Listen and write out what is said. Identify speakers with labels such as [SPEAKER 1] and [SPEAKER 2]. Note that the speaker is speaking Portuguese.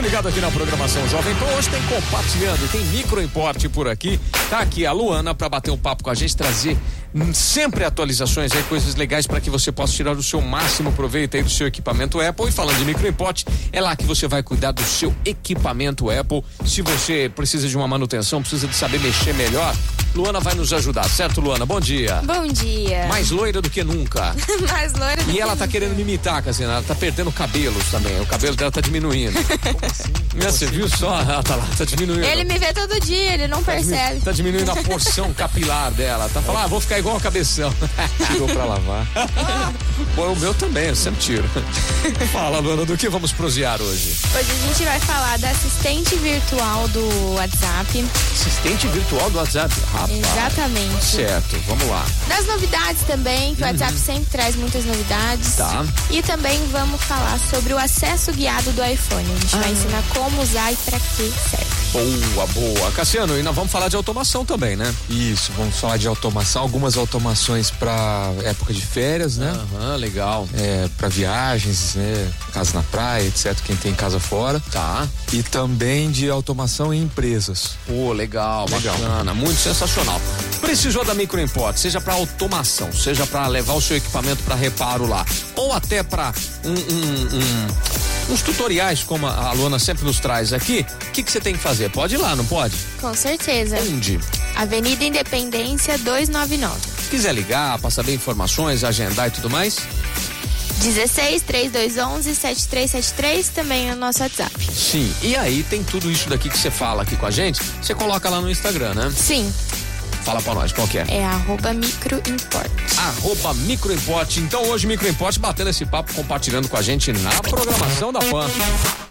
[SPEAKER 1] ligado aqui na programação Jovem Pan. Hoje tem compartilhando, tem micro importe por aqui. Tá aqui a Luana para bater um papo com a gente, trazer hum, sempre atualizações aí, coisas legais para que você possa tirar o seu máximo proveito aí do seu equipamento Apple. E falando de micro importe, é lá que você vai cuidar do seu equipamento Apple. Se você precisa de uma manutenção, precisa de saber mexer melhor, Luana vai nos ajudar, certo, Luana? Bom dia.
[SPEAKER 2] Bom dia.
[SPEAKER 1] Mais loira do que nunca.
[SPEAKER 2] Mais loira do
[SPEAKER 1] E
[SPEAKER 2] que
[SPEAKER 1] ela tá
[SPEAKER 2] nunca.
[SPEAKER 1] querendo me imitar, Casina. Ela tá perdendo cabelos também. O cabelo dela tá diminuindo.
[SPEAKER 3] assim?
[SPEAKER 1] Né, Você viu só? Ela tá lá, tá diminuindo.
[SPEAKER 2] Ele me vê todo dia, ele não
[SPEAKER 1] Tá diminu-
[SPEAKER 2] percebe.
[SPEAKER 1] Tá diminuindo a porção capilar dela. Tá falando, ah, vou ficar igual a cabeção.
[SPEAKER 3] Tirou pra lavar.
[SPEAKER 1] Bom, o meu também, eu sempre tiro. Fala, Luana, do que vamos prosear hoje?
[SPEAKER 2] Hoje a gente vai falar da assistente virtual do WhatsApp.
[SPEAKER 3] Assistente virtual do WhatsApp. Rapaz.
[SPEAKER 2] Exatamente.
[SPEAKER 1] Certo, vamos lá.
[SPEAKER 2] Das novidades também, que o WhatsApp sempre traz muitas novidades.
[SPEAKER 1] Uhum. Tá.
[SPEAKER 2] E também vamos falar sobre o acesso guiado do iPhone. A gente
[SPEAKER 1] Ah.
[SPEAKER 2] vai ensinar como usar e pra que serve.
[SPEAKER 1] Boa, boa. Cassiano, e nós vamos falar de automação também, né?
[SPEAKER 3] Isso, vamos falar de automação, algumas automações pra época de férias, né?
[SPEAKER 1] Aham, legal.
[SPEAKER 3] É, para viagens, né? Casa na praia, etc. Quem tem casa fora.
[SPEAKER 1] Tá.
[SPEAKER 3] E também de automação em empresas.
[SPEAKER 1] Pô, legal, bacana, muito sensacional. Precisou da Micro Import, seja para automação, seja para levar o seu equipamento para reparo lá, ou até para um, uns tutoriais como a a Luana sempre nos traz aqui. O que que você tem que fazer? Pode ir lá, não pode?
[SPEAKER 2] Com certeza.
[SPEAKER 1] Onde?
[SPEAKER 2] Avenida Independência 299.
[SPEAKER 1] Quiser ligar, para saber informações, agendar e tudo mais?
[SPEAKER 2] 16 3211 7373 também é o nosso WhatsApp.
[SPEAKER 1] Sim. E aí tem tudo isso daqui que você fala aqui com a gente, você coloca lá no Instagram, né?
[SPEAKER 2] Sim,
[SPEAKER 1] Fala para nós, qual que é?
[SPEAKER 2] é arroba microimport.
[SPEAKER 1] arroba Microimporte. Então hoje Microimporte batendo esse papo, compartilhando com a gente na programação da PAN.